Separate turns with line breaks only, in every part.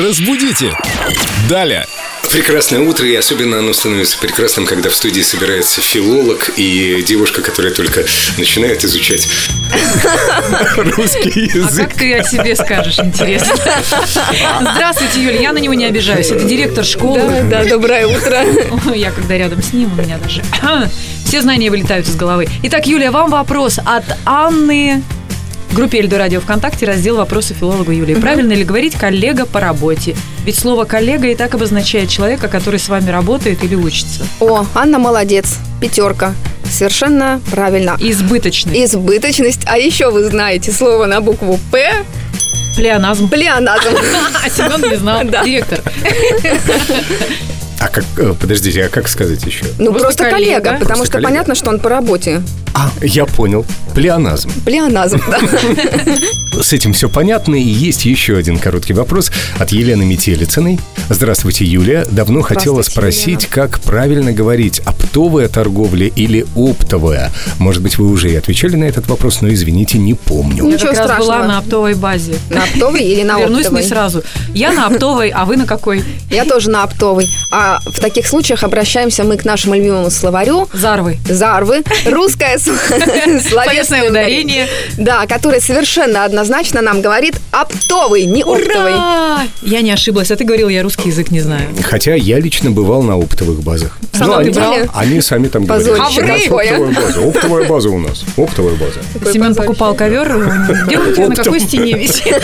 Разбудите! Далее!
Прекрасное утро, и особенно оно становится прекрасным, когда в студии собирается филолог и девушка, которая только начинает изучать.
Русский
А
язык.
как ты о себе скажешь, интересно? Здравствуйте, Юля, я на него не обижаюсь. Это директор школы.
Да, доброе утро.
Ой, Я когда рядом с ним, у меня даже... а, Все знания вылетают из головы. Итак, Юля, вам вопрос от Анны... В группе Эльдо Радио ВКонтакте раздел «Вопросы филологу Юлии». Правильно ли говорить «коллега по работе»? Ведь слово «коллега» и так обозначает человека, который с вами работает или учится.
О, Анна молодец. Пятерка. Совершенно правильно.
Избыточный.
Избыточность. А еще вы знаете слово на букву П.
Плеоназм.
Плеоназм.
А Семен не знал.
Да.
Директор.
А как, э, подождите, а как сказать еще?
Ну,
Просто
просто
коллега.
коллега, потому
Просто
что
коллега.
понятно, что он по работе.
А, я понял. Плеоназм.
Плеоназм, да.
С этим все понятно, и есть еще один короткий вопрос от Елены Метелицыной. Здравствуйте, Юлия. Давно хотела
Здравствуйте,
спросить, как правильно говорить, оптовая торговля или оптовая? Может быть, вы уже и отвечали на этот вопрос, но, извините, не помню.
Я
Ничего
как раз была
страшного.
на оптовой базе.
На оптовый или на
Вернусь
оптовый?
не сразу. Я на оптовой, а вы на какой?
Я тоже на оптовый. А в таких случаях обращаемся мы к нашему любимому словарю.
Зарвы.
Зарвы. Русское сл- словесное
Словесное ударение.
Да, которое совершенно однозначно нам говорит оптовый, не оптовый.
Ура! Я не ошиблась, а ты говорил, я русский язык не знаю.
Хотя я лично бывал на оптовых базах.
В самом
Ну, они,
деле- А
они сами там говорят.
Позорище
«У нас
какое».
оптовая база, оптовая база у нас, оптовая база.
Какой
Семен
позор.
покупал ковер, где он у тебя на
Оптом.
какой стене висит.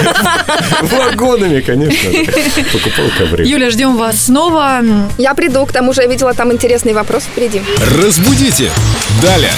Вагонами, конечно же. Покупал ковры.
Юля, ждем вас снова.
Я приду, к тому же я видела там интересный вопрос впереди.
Разбудите! Далее!